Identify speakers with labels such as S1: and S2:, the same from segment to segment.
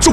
S1: 足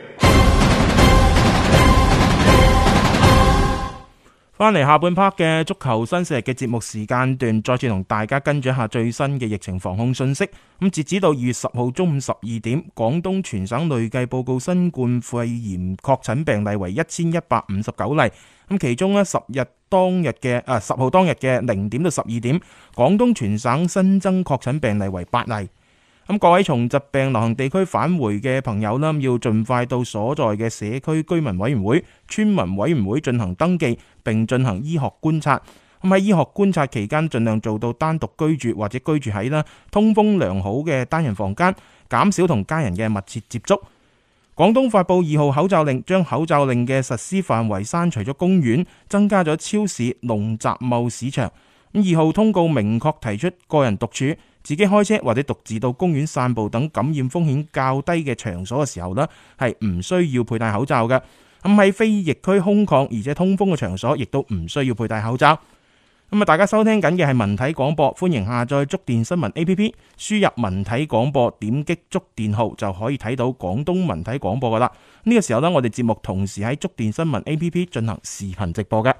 S2: 翻嚟下半 part 嘅足球新勢力嘅節目時間段，再次同大家跟住一下最新嘅疫情防控信息。咁截止到二月十號中午十二點，廣東全省累計報告新冠肺炎確診病例為一千一百五十九例。咁其中呢，十日當日嘅啊十號當日嘅零點到十二點，廣東全省新增確診病例為八例。咁各位從疾病流行地區返回嘅朋友呢，要盡快到所在嘅社區居民委員會、村民委員會進行登記，並進行醫學觀察。咁喺醫學觀察期間，盡量做到單獨居住或者居住喺啦通風良好嘅單人房間，減少同家人嘅密切接觸。廣東發布二號口罩令，將口罩令嘅實施範圍刪除咗公園，增加咗超市、農集貿市場。咁二號通告明確提出個人獨處、自己開車或者獨自到公園散步等感染風險較低嘅場所嘅時候呢，係唔需要佩戴口罩嘅。咁喺非疫區空曠而且通風嘅場所，亦都唔需要佩戴口罩。咁啊，大家收聽緊嘅係文體廣播，歡迎下載觸電新聞 A P P，輸入文體廣播，點擊觸電號就可以睇到廣東文體廣播噶啦。呢個時候呢，我哋節目同時喺觸電新聞 A P P 進行視頻直播嘅。
S3: 誒、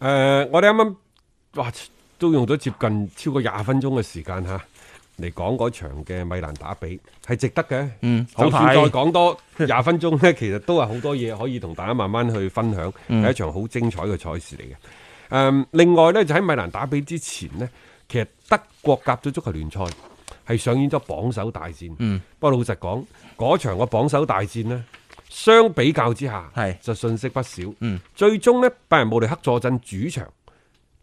S3: 呃我哋啱啱哇都用咗接近超過廿分鐘嘅時間嚇嚟講嗰場嘅米蘭打比係值得嘅。
S2: 嗯好
S3: 就算
S2: 睇
S3: 再講多 廿分鐘呢，其實都係好多嘢可以同大家慢慢去分享，係、
S2: 嗯
S3: 一場好精彩嘅賽事嚟嘅。誒、嗯另外呢，就喺米蘭打比之前呢，其實德國甲組足球聯賽係上演咗榜首大戰。
S2: 嗯
S3: 不過老實講，嗰場嘅榜首大戰呢，相比較之下
S2: 係
S3: 就遜色不少。
S2: 嗯
S3: 最終呢，拜仁慕尼黑坐鎮主場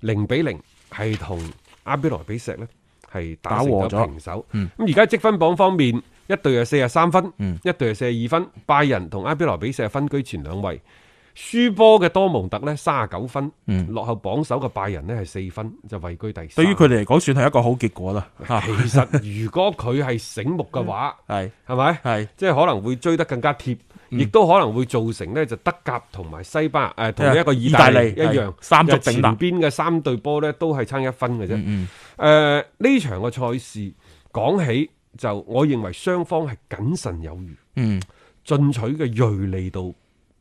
S3: 零比零，係同阿比萊比錫呢係打
S2: 打
S3: 成
S2: 和咗
S3: 咗平手。
S2: 嗯
S3: 咁而家積分榜方面，一隊係四十三分，
S2: 嗯
S3: 一隊係四十二分，拜仁同阿比萊比錫分居前兩位。輸波嘅多蒙特呢，三十九分，
S2: 嗯
S3: 落後榜首嘅拜仁呢係四分，就位居第三。
S2: 對於佢啊哋嚟講，算係一個好結果 啦。嚇
S3: 其實如果佢係醒目 嘅話，
S2: 係
S3: 係咪？
S2: 係嗯
S3: 即係可能會追得更加貼，亦都可能會造成呢就德甲同埋西班牙誒同呢一個意大利
S2: 啊意
S3: 一
S2: 大利
S3: 樣
S2: 係，三足
S3: 前
S2: 鼎立
S3: 邊嘅三隊波呢都係差一分嘅啫。誒呢、
S2: 嗯
S3: 場嘅賽事講起就，我認為雙方係謹慎有餘，
S2: 嗯
S3: 進取嘅鋭利度。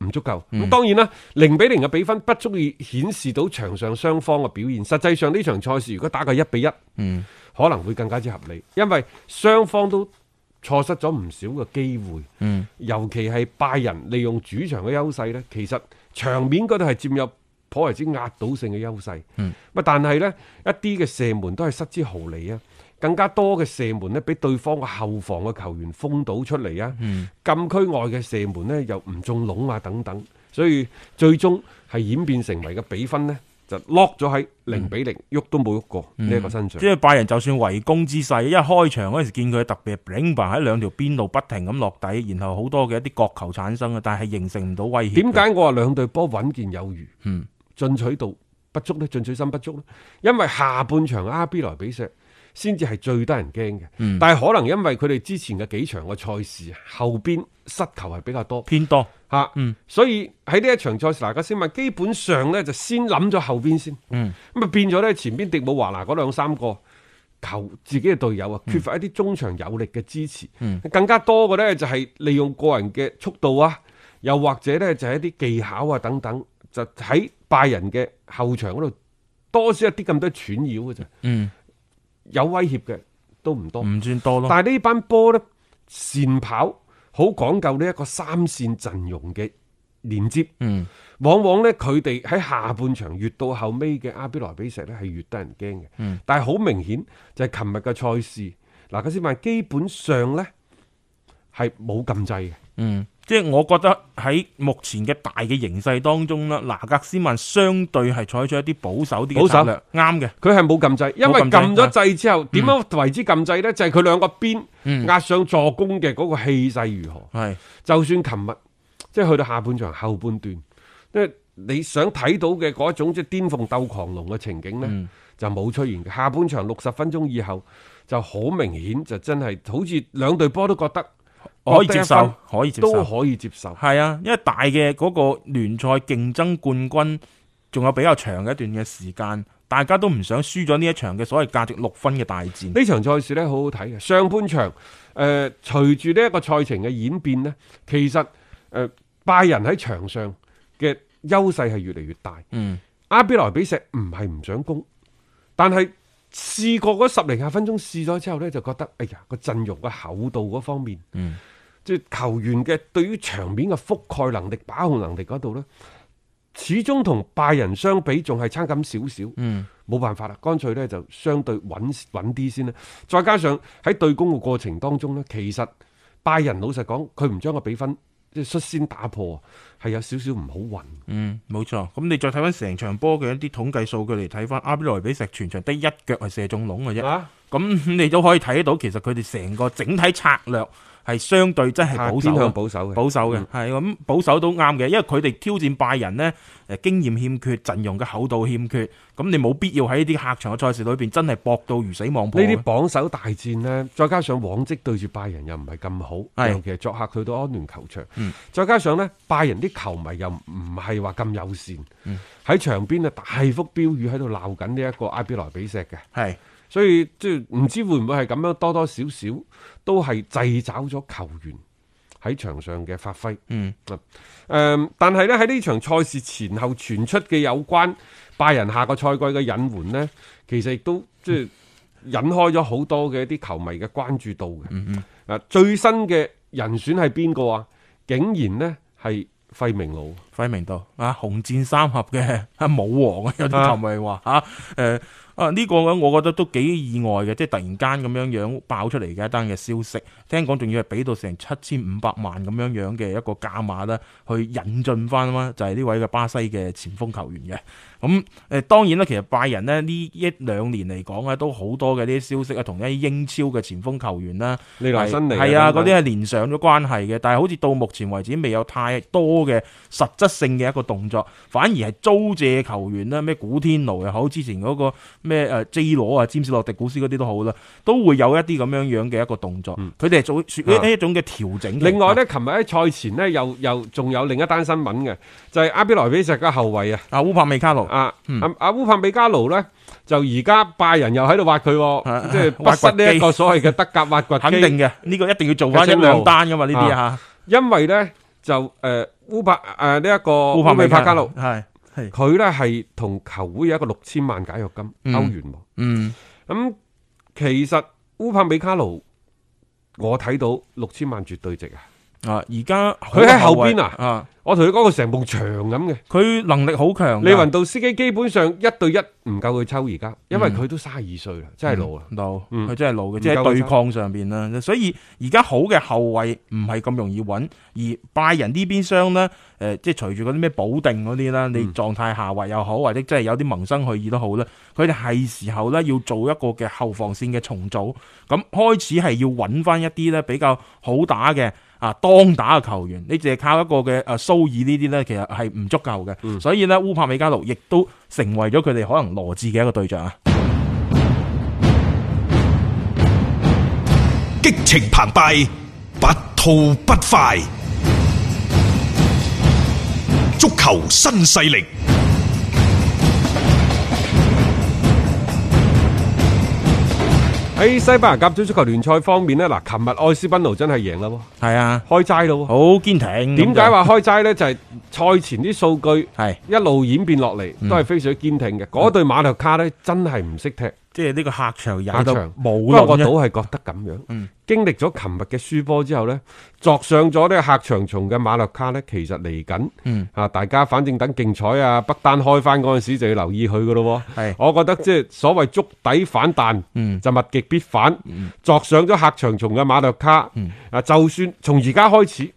S3: 唔足夠，咁、當然啦，零比零嘅比分不足以顯示到場上雙方嘅表現。實際上呢場賽事如果打個一比一，
S2: 嗯
S3: 可能會更加之合理，因為雙方都錯失咗唔少嘅機會，
S2: 嗯
S3: 尤其係拜仁利用主場嘅優勢呢，其實場面嗰度係佔有頗為之壓倒性嘅優勢。啊
S2: 嗯，
S3: 但係呢，一啲嘅射門都係失之毫釐啊，更加多嘅射門呢，俾對方嘅後防嘅球員封堵出嚟啊，
S2: 嗯
S3: 禁區外嘅射門呢，又唔中籠啊等等，所以最終係演變成為嘅比分呢，就 lock 咗喺零比零，喐都冇喐過呢一個身上。
S2: 嗯即係拜仁就算圍攻之勢，一開場嗰時見佢特別 bling 喺兩條邊路不停咁落底，然後好多嘅一啲角球產生啊，但係形成唔到威脅。
S3: 點解我話兩隊波穩健有餘？
S2: 嗯，
S3: 進取度不足呢？進取心不足呢？因為下半場阿比萊比錫先至係最得人驚嘅。
S2: 嗯
S3: 但係可能因為佢哋之前嘅幾場嘅賽事後邊失球係比較多
S2: 偏多？
S3: 嚇，
S2: 嗯
S3: 所以喺呢一場賽事，大家先問，基本上呢就先諗咗後邊先。
S2: 嗯
S3: 咁啊變咗呢，前邊迪姆華拿嗰兩三個球自己嘅隊友啊，缺乏一啲中場有力嘅支持，
S2: 嗯
S3: 更加多嘅呢，就係利用個人嘅速度啊，又或者呢，就係一啲技巧啊等等，就喺拜仁嘅後場嗰度多少一啲咁多串擾嘅啫，
S2: 嗯，
S3: 有威脅嘅都唔多。
S2: 唔算多咯。
S3: 但係呢班波呢，善跑好講究呢一個三線陣容嘅連接。
S2: 嗯
S3: 往往呢，佢哋喺下半場越到後尾嘅阿比萊比錫呢，係越得人驚嘅。
S2: 嗯
S3: 但係好明顯就係琴日嘅賽事，嗱，佢先話基本上呢係冇禁制嘅，
S2: 嗯，即係我覺得喺目前嘅大嘅形勢當中啦，拿格斯曼相對係採取一啲保守啲
S3: 保守
S2: 嘅策略，啱嘅。
S3: 佢係冇撳掣，因為
S2: 冇撳掣
S3: 撳咗掣之後，點樣為之撳掣呢？就係佢兩個邊壓上助攻嘅嗰個氣勢如何。
S2: 係
S3: 就算琴日即係去到下半場後半段，即係你想睇到嘅嗰一種即係巔峰鬥狂龍嘅情景呢，
S2: 嗯
S3: 就冇出現嘅。下半場六十分鐘以後就好明顯，就真係好似兩隊波都覺得
S2: 可以接
S3: 各得一
S2: 受
S3: 分，
S2: 可以接
S3: 都
S2: 受。
S3: 可以接受。
S2: 係啊，因為大嘅嗰個聯賽競爭冠軍，仲有比較長嘅一段嘅時間，大家都唔想輸咗呢一場嘅所謂價值六分嘅大戰。
S3: 呢場賽事呢，好好睇嘅，上半場誒、呃、隨住呢一個賽程嘅演變呢，其實誒、呃拜仁喺場上嘅優勢係越嚟越大。
S2: 嗯，
S3: 阿比萊比錫唔係唔想攻，但係試過嗰十零廿分鐘試咗之後呢，就覺得哎呀個陣容嘅厚度嗰方面，
S2: 嗯
S3: 即係球員嘅對於場面嘅覆蓋能力、把控能力嗰度呢，始終同拜仁相比仲係差咁少少。
S2: 嗯，
S3: 冇辦法啦，乾脆呢就相對穩穩啲先啦。再加上喺對攻嘅過程當中呢，其實拜仁老實講，佢唔將個比分即係率先打破啊，係有少少唔好運。
S2: 嗯，冇錯。咁你再睇翻成場波嘅一啲統計數據嚟睇翻，阿比萊比錫全場得一腳係射中籠嘅啫。
S3: 啊
S2: 咁你都可以睇到，其實佢哋成個整體策略係相對真係保守
S3: 偏
S2: 嘅
S3: 向保守嘅，嗯
S2: 保守嘅，係咁保守都啱嘅，因為佢哋挑戰拜仁呢，誒經驗欠缺，陣容嘅厚度欠缺，咁你冇必要喺呢啲客場嘅賽事裏邊真係搏到魚死網破
S3: 呢
S2: 嘅。
S3: 啲榜首大戰呢，再加上往績對住拜仁又唔係咁好，
S2: 係
S3: 尤其係作客去到安聯球場，
S2: 嗯
S3: 再加上呢，拜仁啲球迷又唔係話咁友善，喺、
S2: 嗯
S3: 場邊啊大幅標語喺度鬧緊呢一個埃比萊比錫嘅，
S2: 係
S3: 所以即係唔知會唔會係咁樣多多少少都係掣找咗球員喺場上嘅發揮。啊
S2: 嗯
S3: 誒、但係咧喺呢場賽事前後傳出嘅有關拜仁下個賽季嘅引援呢，其實亦都即係引開咗好多嘅一啲球迷嘅關注度嘅。
S2: 嗯
S3: 啊最新嘅人選係邊個啊？竟然呢係費明路，
S2: 輝明道啊，紅箭三合嘅 啊武王啊，有啲球迷話嚇誒啊呢、個咧，我覺得都幾意外嘅，即係突然間咁樣樣爆出嚟嘅一單嘅消息，聽講仲要係俾到成七千五百萬咁樣樣嘅一個價碼啦，去引進翻啦，就係、呢位嘅巴西嘅前鋒球員嘅。咁、誒、當然啦，其實拜仁呢，呢一兩年嚟講啊咧，都好多嘅呢啲消息啊，同一啲英超嘅前鋒球員啦。
S3: 利萊辛尼
S2: 係啊，嗰
S3: 等等
S2: 啲係連上咗關係嘅，但係好似到目前為止未有太多嘅實質性嘅一個動作，反而係租借球員啦，咩古天奴又好，之前嗰個咩誒 J 羅啊、詹士洛迪古斯嗰啲都好啦，都會有一啲咁樣樣嘅一個動作，佢哋係做
S3: 啊
S2: 呢一種嘅調整。
S3: 另外，呢，琴日喺賽前呢，又又仲有另一單新聞嘅，就係、阿比萊比錫嘅後衞啊。
S2: 阿烏帕美卡奴
S3: 啊，阿阿烏帕比加奴咧，就而家拜仁又喺度挖佢
S2: 啊
S3: 喎，即係不
S2: 挖掘
S3: 失呢一
S2: 機
S3: 個所謂嘅德甲挖掘
S2: 肯
S3: 機。
S2: 定嘅，呢個一定要做翻一
S3: 嘅正路
S2: 兩單噶嘛，呢啲啊嚇
S3: 因為咧就誒烏帕誒呢一個
S2: 烏帕
S3: 美
S2: 美
S3: 帕加奴，
S2: 係係
S3: 佢咧係同球會有一個六千萬解約金
S2: 嗯
S3: 歐元喎。
S2: 嗯
S3: 咁其實烏帕比加奴，我睇到六千萬絕對值啊！
S2: 啊，而家
S3: 佢喺後邊啊
S2: 啊，
S3: 我同佢講過成埲牆咁嘅。
S2: 佢能力好強㗎，
S3: 利雲道斯基基本上一對一唔夠佢抽而家，因為佢都三十二歲啦，真係老啦。
S2: 老，佢、
S3: 嗯
S2: 真係老嘅，
S3: 夠
S2: 即係對抗上邊啦。所以而家好嘅後衞唔係咁容易揾，而拜仁呢邊傷呢，誒、呃即係隨住嗰啲咩保定嗰啲啦，你
S3: 嗯
S2: 狀態下滑又好，或者真係有啲萌生去意都好啦，佢哋係時候呢要做一個嘅後防線嘅重組，咁開始係要揾翻一啲呢比較好打嘅。啊，當打嘅球員，你淨係靠一個嘅誒蘇爾呢啲呢，其實係唔足夠嘅，
S3: 嗯
S2: 所以呢，烏帕美加奴亦都成為咗佢哋可能羅致嘅一個對象啊。
S1: 激情澎湃，不吐不快。足球新勢力，
S3: 喺西班牙甲組足球聯賽方面呢，嗱，琴日愛斯賓奴真係贏啦喎，
S2: 係啊。
S3: 開齋咯喎。
S2: 好堅挺。
S3: 點解話開齋呢？就係、賽前啲數據
S2: 係
S3: 一路演變落嚟，都係非常之堅挺嘅。嗰、對馬略卡呢，真係唔識踢
S2: 即係呢個客場
S3: 打
S2: 踩到
S3: 場，
S2: 冇
S3: 不過我
S2: 論
S3: 倒
S2: 啫。
S3: 係覺得咁樣。
S2: 嗯
S3: 經歷咗琴日嘅輸波之後呢，作上咗呢客場蟲嘅馬略卡呢，其實嚟緊。
S2: 嗯，
S3: 啊！大家反正等競彩啊，北單開翻嗰陣時就要留意佢噶咯喎。
S2: 係
S3: 我覺得即係所謂觸底反彈，
S2: 嗯
S3: 就物極必
S2: 嗯
S3: 反，作上咗客場蟲嘅馬略卡。啊，就算從而家開始，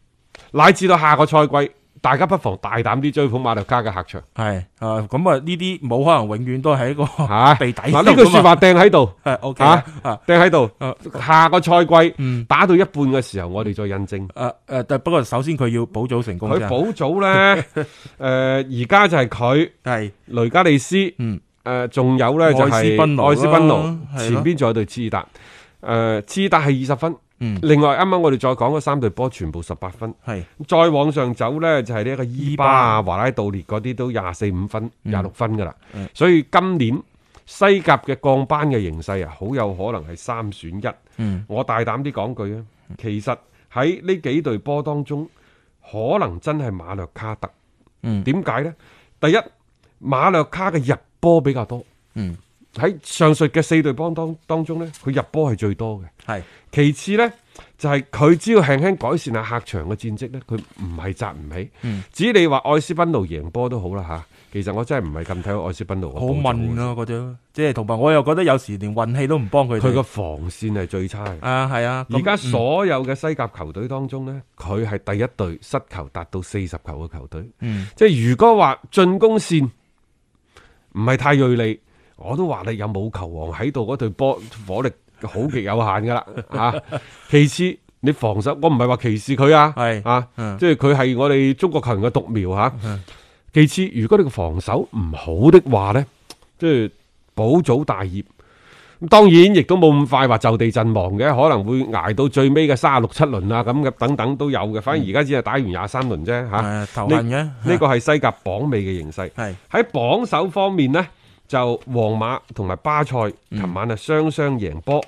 S3: 乃至到下個賽季，大家不妨大膽啲追捧馬略卡嘅客場
S2: 系啊，咁啊呢啲冇可能永遠都喺個
S3: 嚇。啊
S2: 哦地底
S3: 嗱呢句説話掟喺度
S2: 系 OK
S3: 嚇
S2: 啊啊
S3: 掟喺度，
S2: 啊
S3: 下個賽季
S2: 嗯
S3: 打到一半嘅時候，我哋再印證。
S2: 诶诶，但不過首先佢要補組成功
S3: 佢
S2: 啫，
S3: 補組呢， 誒而家就係佢
S2: 係
S3: 雷加利斯，
S2: 嗯
S3: 誒仲有呢，就係
S2: 愛斯賓奴啦
S3: 愛斯賓奴，
S2: 係咯
S3: 前邊仲有對次達，誒次達係二十分。
S2: 嗯
S3: 另外啱啱我哋再講嗰三隊波全部十八分，
S2: 係
S3: 再往上走呢，就係呢一個伊巴啊、華拉道列嗰啲都廿四五分、
S2: 嗯
S3: 廿六分噶啦。所以今年西甲嘅降班嘅形勢啊，好有可能係三選一。
S2: 嗯
S3: 我大膽啲講句啊，其實喺呢幾隊波當中，可能真係馬略卡特。
S2: 嗯
S3: 點解呢？第一，馬略卡嘅入波比較多。
S2: 嗯
S3: 喺上述嘅四隊幫當當中呢，佢入波係最多嘅。
S2: 係
S3: 其次呢，就係、佢只要輕輕改善下客場嘅戰績呢，佢唔係擲唔起。
S2: 嗯
S3: 只要你話愛斯賓奴贏波都好啦嚇，其實我真係唔係咁睇好愛斯賓奴個
S2: 好
S3: 補組
S2: 問咯，嗰種即係同埋我又覺得有時連運氣都唔幫佢哋。
S3: 佢個防線係最差嘅。
S2: 啊係啊，咁
S3: 而家
S2: 嗯
S3: 所有嘅西甲球隊當中呢，佢係第一隊失球達到四十球嘅球隊。
S2: 嗯
S3: 即係如果話進攻線唔係太鋭利，我都話你有冇球王喺度嗰隊波火力好極有限噶啦 啊！其次你防守，我唔係話歧視佢啊，
S2: 係
S3: 啊，
S2: 嗯
S3: 即係佢係我哋中國球員嘅獨苗吓。其次，如果你個防守唔好的話呢，即係補組大業。咁當然亦都冇咁快話就地陣亡嘅，可能會捱到最尾嘅三十六七輪啊，咁嘅等等都有嘅。反而而家只係打完廿三輪啫嚇。
S2: 誒頭痕嘅
S3: 呢個係西甲榜尾嘅形勢。
S2: 係
S3: 喺榜首方面呢，就皇馬同埋巴塞
S2: 嗯
S3: 琴晚啊雙雙贏波，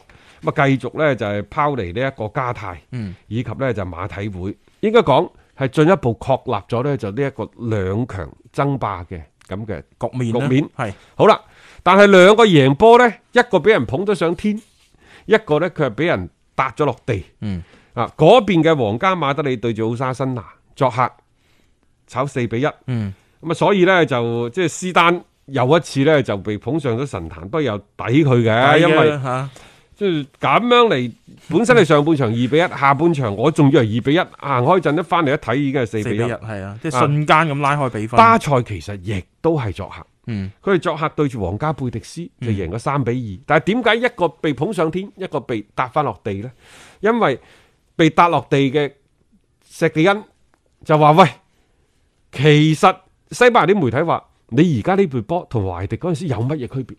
S3: 咁啊繼續呢，就係拋離呢一個加泰，
S2: 嗯
S3: 以及呢就馬體會，應該講係進一步確立咗呢，就呢一個兩強爭霸嘅咁嘅。
S2: 局面啦
S3: 局面
S2: 係
S3: 好啦，但係兩個贏波呢，一個俾人捧咗上天，一個呢，佢係俾人搭咗落地。
S2: 嗯
S3: 啊，嗰邊嘅皇家馬德里對住奧沙辛拿作客炒四比一。
S2: 嗯
S3: 咁啊，所以咧就即係斯丹又一次咧就被捧上咗神壇，不過又抵佢嘅，因為
S2: 嚇
S3: 即係咁樣嚟，本身係上半場二比一，
S2: 嗯
S3: 下半場我仲以為二比一，行開陣一翻嚟一睇已經係四
S2: 四
S3: 比
S2: 比一
S3: 一。
S2: 係啊，即係
S3: 啊
S2: 瞬間咁拉開比分。
S3: 巴塞其實亦都係作客，
S2: 嗯
S3: 佢哋作客對住皇家貝迪斯就贏咗三比二，但係點解一個被捧上天，一個被搭翻落地呢？因為被搭落地嘅石地恩就話：喂，其實西班牙啲媒體話你而家呢隊波同華為迪嗰陣時有乜嘢區別？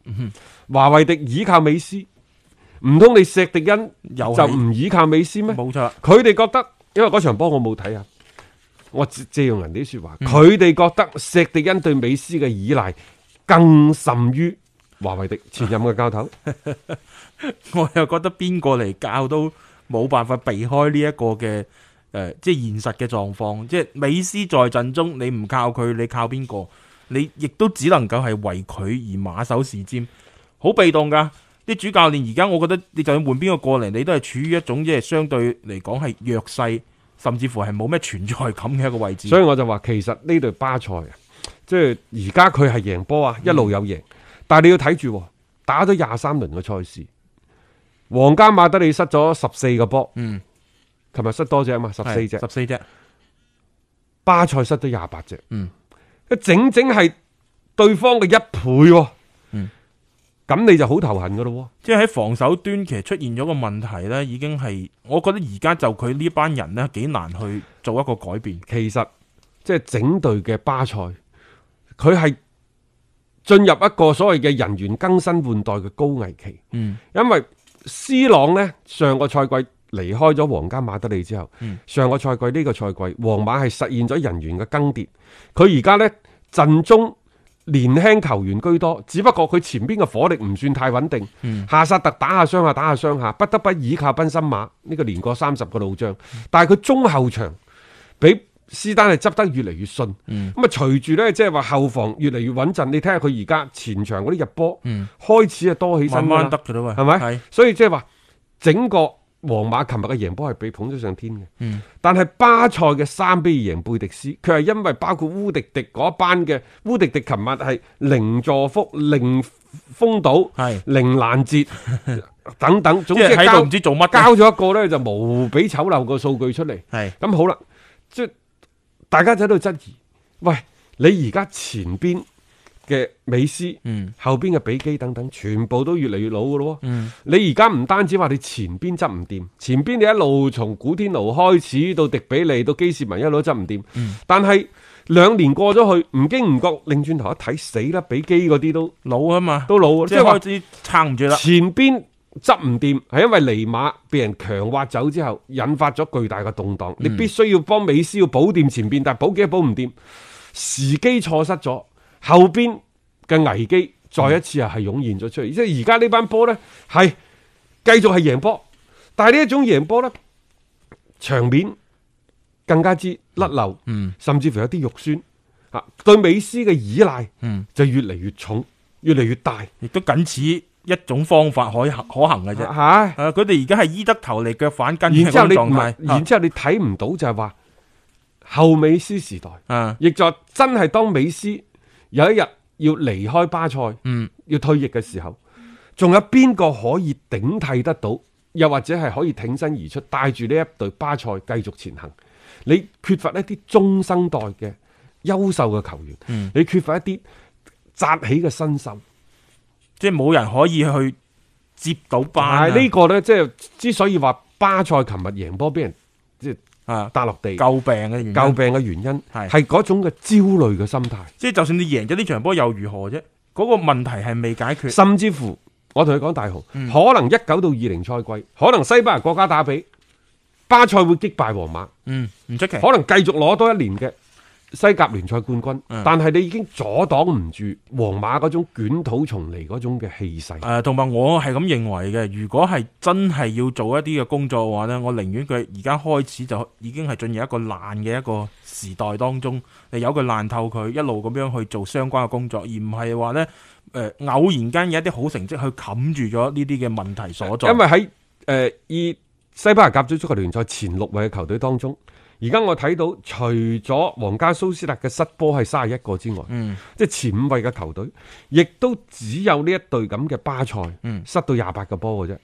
S3: 華為迪倚靠美斯，唔通你石迪恩
S2: 又係
S3: 就唔倚靠美斯咩？
S2: 冇錯，
S3: 佢哋覺得，因為嗰場波我冇睇啊，我借借用人哋啲説話，佢哋、覺得石迪恩對美斯嘅依賴更甚於華為迪前任嘅教頭。
S2: 我又覺得邊個嚟教都冇辦法避開呢一個嘅。誒、即係現實嘅狀況，即係美斯在陣中，你唔靠佢，你靠邊個？你亦都只能夠係為佢而馬首是瞻，好被動㗎。啲主教練而家，我覺得你就算換邊個過嚟，你都係處於一種即係相對嚟講係弱勢，甚至乎係冇咩存在感嘅一個位置。
S3: 所以我就話，其實呢隊巴塞啊，即係而家佢係贏波啊，一路有贏，但係你要睇住喎，打咗廿三輪嘅賽事，皇家馬德里失咗十四個波，
S2: 嗯，
S3: 琴日失多隻啊嘛，十四隻
S2: 十，四隻，
S3: 巴塞失咗廿八隻，
S2: 嗯，
S3: 整整係對方嘅一倍喎，
S2: 嗯，
S3: 咁你就好頭痕噶咯
S2: 即係喺防守端其實出現咗個問題呢，已經係我覺得而家就佢呢班人呢，幾難去做一個改變。
S3: 喎，其實即係整隊嘅巴塞，佢係進入一個所謂嘅人員更新換代嘅高危期。
S2: 嗯
S3: 因為 C 朗呢，上個賽季離開咗皇家馬德里之後，
S2: 嗯
S3: 上個賽季呢個賽季，皇馬係實現咗人員嘅更迭。佢而家呢，陣中年輕球員居多，只不過佢前邊嘅火力唔算太穩定。
S2: 嗯
S3: 夏薩特打下雙下打下雙下，不得不倚靠賓森馬呢、個年過三十嘅老將，
S2: 嗯
S3: 但係佢中後場俾。斯丹係執得越嚟越順，咁啊、
S2: 嗯
S3: 隨住呢，即係話後防越嚟越穩陣，你睇下佢而家前場嗰啲入波、
S2: 嗯
S3: 開始啊多起身
S2: 慢
S3: 㗎啦
S2: 慢得噶啦，
S3: 係咪
S2: 啊係？
S3: 所以即係話整個皇馬琴日嘅贏波係被捧咗上天嘅，
S2: 嗯
S3: 但係巴塞嘅三比二贏貝迪斯，佢係因為包括烏迪迪嗰班嘅烏迪迪，琴日係零助福、零封堵、
S2: 係
S3: 零 攔截等等，總
S2: 啊即
S3: 之
S2: 係喺度
S3: 係交
S2: 唔知做乜嘅
S3: 交咗一個呢就無比醜陋個數據出嚟。
S2: 係
S3: 咁好啦，即係大家就喺度質疑，喂，你而家前邊嘅美斯，
S2: 嗯
S3: 後邊嘅比基等等，全部都越嚟越老嘅咯喎。你而家唔單止話你前邊執唔掂，前邊你一路從古天奴開始到迪比利到基士文一路都執唔掂，
S2: 嗯
S3: 但係兩年過咗去，唔經唔覺，擰轉頭一睇，死啦！比基嗰啲都
S2: 老啊嘛，
S3: 都老啊，
S2: 即
S3: 係話
S2: 係開始撐唔住啦。
S3: 前邊執唔掂，係因為尼馬被人強挖走之後，引發咗巨大嘅動盪。你必須要幫美斯要補掂前邊，但係補幾都補唔掂，時機錯失咗，後邊嘅危機再一次係係湧現咗出嚟。即係而家呢班波呢，係繼續係贏波，但係呢一種贏波呢，場面更加之甩漏，甚至乎有啲肉酸啊！對美斯嘅依賴就越嚟越重，越嚟越大。
S2: 亦都僅此一種方法可行可行嘅啫。
S3: 嚇、啊
S2: 誒，佢哋而家係醫得頭嚟腳反筋嘅
S3: 然之後
S2: 嗰
S3: 你
S2: 種
S3: 唔
S2: 狀
S3: 係，
S2: 態
S3: 然之後你睇唔到就係話後美斯時代，
S2: 啊，
S3: 亦就真係當美斯有一日要離開巴塞，
S2: 嗯，
S3: 要退役嘅時候，仲有邊個可以頂替得到？又或者係可以挺身而出，帶住呢一隊巴塞繼續前行？你缺乏一啲中生代嘅優秀嘅球員，
S2: 嗯
S3: 你缺乏一啲扎起嘅新秀。
S2: 即係冇人可以去接到班啊
S3: 但係呢個呢，即係之所以話巴塞琴日贏波俾人即係
S2: 啊
S3: 打落地，
S2: 救病嘅原
S3: 救
S2: 因。
S3: 病嘅原因
S2: 嗯係
S3: 係嗰種嘅焦慮嘅心態，
S2: 即係就算你贏咗呢場波又如何啫？嗰、個問題係未解決。
S3: 甚至乎我同你講大雄，
S2: 嗯
S3: 可能一九到二零賽季，可能西班牙國家打比，巴塞會擊敗皇馬，
S2: 嗯，唔出奇。
S3: 可能繼續攞多一年嘅西甲聯賽冠軍，
S2: 嗯
S3: 但係你已經阻擋唔住皇馬嗰種捲土重嚟嗰種嘅氣
S2: 誒，
S3: 勢。
S2: 呃同埋我係咁認為嘅。如果係真係要做一啲嘅工作嘅話呢，我寧願佢而家開始就已經係進入一個爛嘅一個時代當中，你由佢爛透佢，一路咁樣去做相關嘅工作，而唔係話呢誒、偶然間有一啲好成績去冚住咗呢啲嘅問題所在。
S3: 因為喺誒以西班牙甲組足球聯賽前六位嘅球隊當中，而家我睇到除咗皇家蘇斯達嘅失波係三十一個之外，
S2: 嗯
S3: 即係前五位嘅球隊，亦都只有呢一隊咁嘅巴塞，
S2: 嗯
S3: 失到廿八個波嘅啫。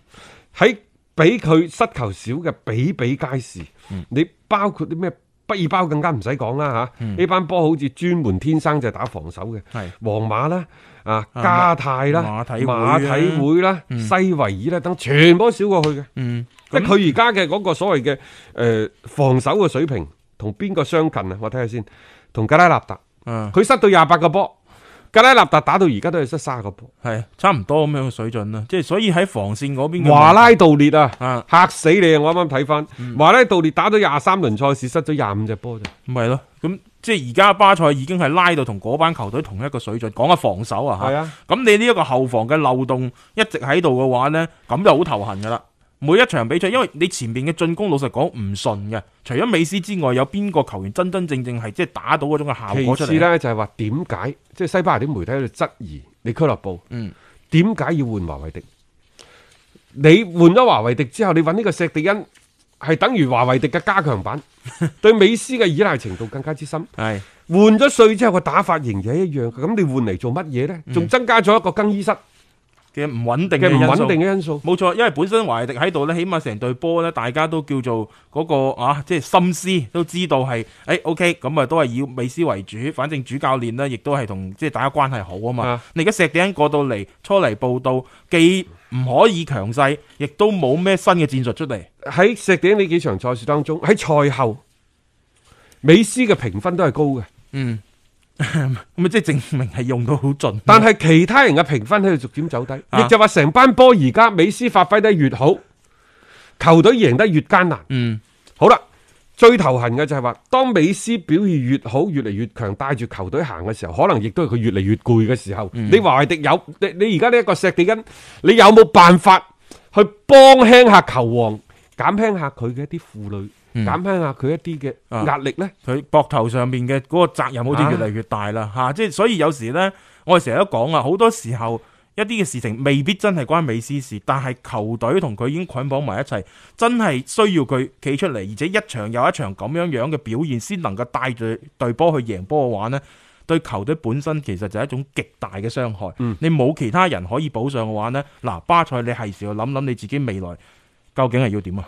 S3: 喺比佢失球少嘅比比皆是，
S2: 嗯
S3: 你包括啲咩？不爾包更加唔使講啦嚇，
S2: 嗯
S3: 呢、班波好似專門天生就係打防守嘅，
S2: 係
S3: 皇馬啦、啊
S2: 啊
S3: 加泰啦
S2: 馬、體會
S3: 馬體會啦、西維爾啦等，全部都少過佢嘅。
S2: 嗯，
S3: 即係佢而家嘅嗰個所謂嘅誒防守嘅水平，同邊個相近啊？我睇下先，同格拉納達。
S2: 嗯
S3: 佢失到廿八個波，格拉納達打到而家都係失卅個波。
S2: 係差唔多咁樣嘅水準啦。即係所以喺防線嗰邊嘅
S3: 華拉道列啊
S2: 啊，嗯
S3: 嚇死你啊！我啱啱睇翻，華拉道列打咗廿三輪賽事，失咗廿五隻波啫。
S2: 咪係咯，咁即係而家巴塞已經係拉到同嗰班球隊同一個水準，講下防守啊
S3: 係
S2: 嚇
S3: 啊。
S2: 咁你呢一個後防嘅漏洞一直喺度嘅話呢，咁就好頭痕噶啦。每一場比賽，因為你前面嘅進攻老實講唔順嘅，除咗美斯之外，有邊個球員真真正正係即係打到嗰種嘅效果
S3: 其
S2: 出
S3: 次
S2: 嚟？
S3: 呢，就係話點解即係西班牙啲媒體喺度質疑你俱樂部，
S2: 嗯
S3: 點解要換華為迪？你換咗華為迪之後，你揾呢個石迪恩係等於華為迪嘅加 強版，對美斯嘅依賴程度更加之深。
S2: 係
S3: 換咗帥之後個打法仍然係一樣，咁你換嚟做乜嘢呢？仲增加咗一個更衣室
S2: 嘅唔穩定
S3: 嘅
S2: 嘅
S3: 唔
S2: 因素
S3: 穩定嘅因素。
S2: 冇錯，因為本身懷迪喺度呢，起碼成隊波呢，大家都叫做嗰、個啊，即係心思都知道啊係，誒、OK，咁啊都係以美斯為主，反正主教練呢，亦都係同即係大家關係好啊嘛。
S3: 啊
S2: 你而家石頂過到嚟，初嚟報到，既唔可以強勢，亦都冇咩新嘅戰術出嚟。
S3: 喺石頂呢幾場賽事當中，喺賽後美斯嘅評分都係高嘅，
S2: 嗯，咁啊即係證明係用到好盡。
S3: 但係其他人嘅評分喺度逐漸走低，亦、
S2: 嗯啊
S3: 就話成班波而家美斯發揮得越好，球隊贏得越艱難。
S2: 嗯
S3: 好啦，最頭痕嘅就係話，當美斯表現越好、越嚟越強，帶住球隊行嘅時候，可能亦都係佢越嚟越攰嘅時候。
S2: 嗯
S3: 你華為迪有你你而家呢一個石地根，你有冇辦法去幫輕下球王，減輕下佢嘅一啲負累，
S2: 嗯
S3: 減輕下佢一啲
S2: 啊
S3: 嘅壓力呢？
S2: 佢膊頭上面嘅嗰個責任好似越嚟越大啦嚇，即係、所以有時呢，我哋成日都講啊，好多時候一啲嘅事情未必真係關美斯事，但係球隊同佢已經捆綁埋一齊，真係需要佢企出嚟，而且一場又一場咁樣樣嘅表現，先能夠帶住隊波去贏波嘅話呢。對球隊本身其實就係一種極大嘅傷害，你冇其他人可以補上嘅話呢，嗱巴塞你係時候諗諗你自己未來究竟係要點啊？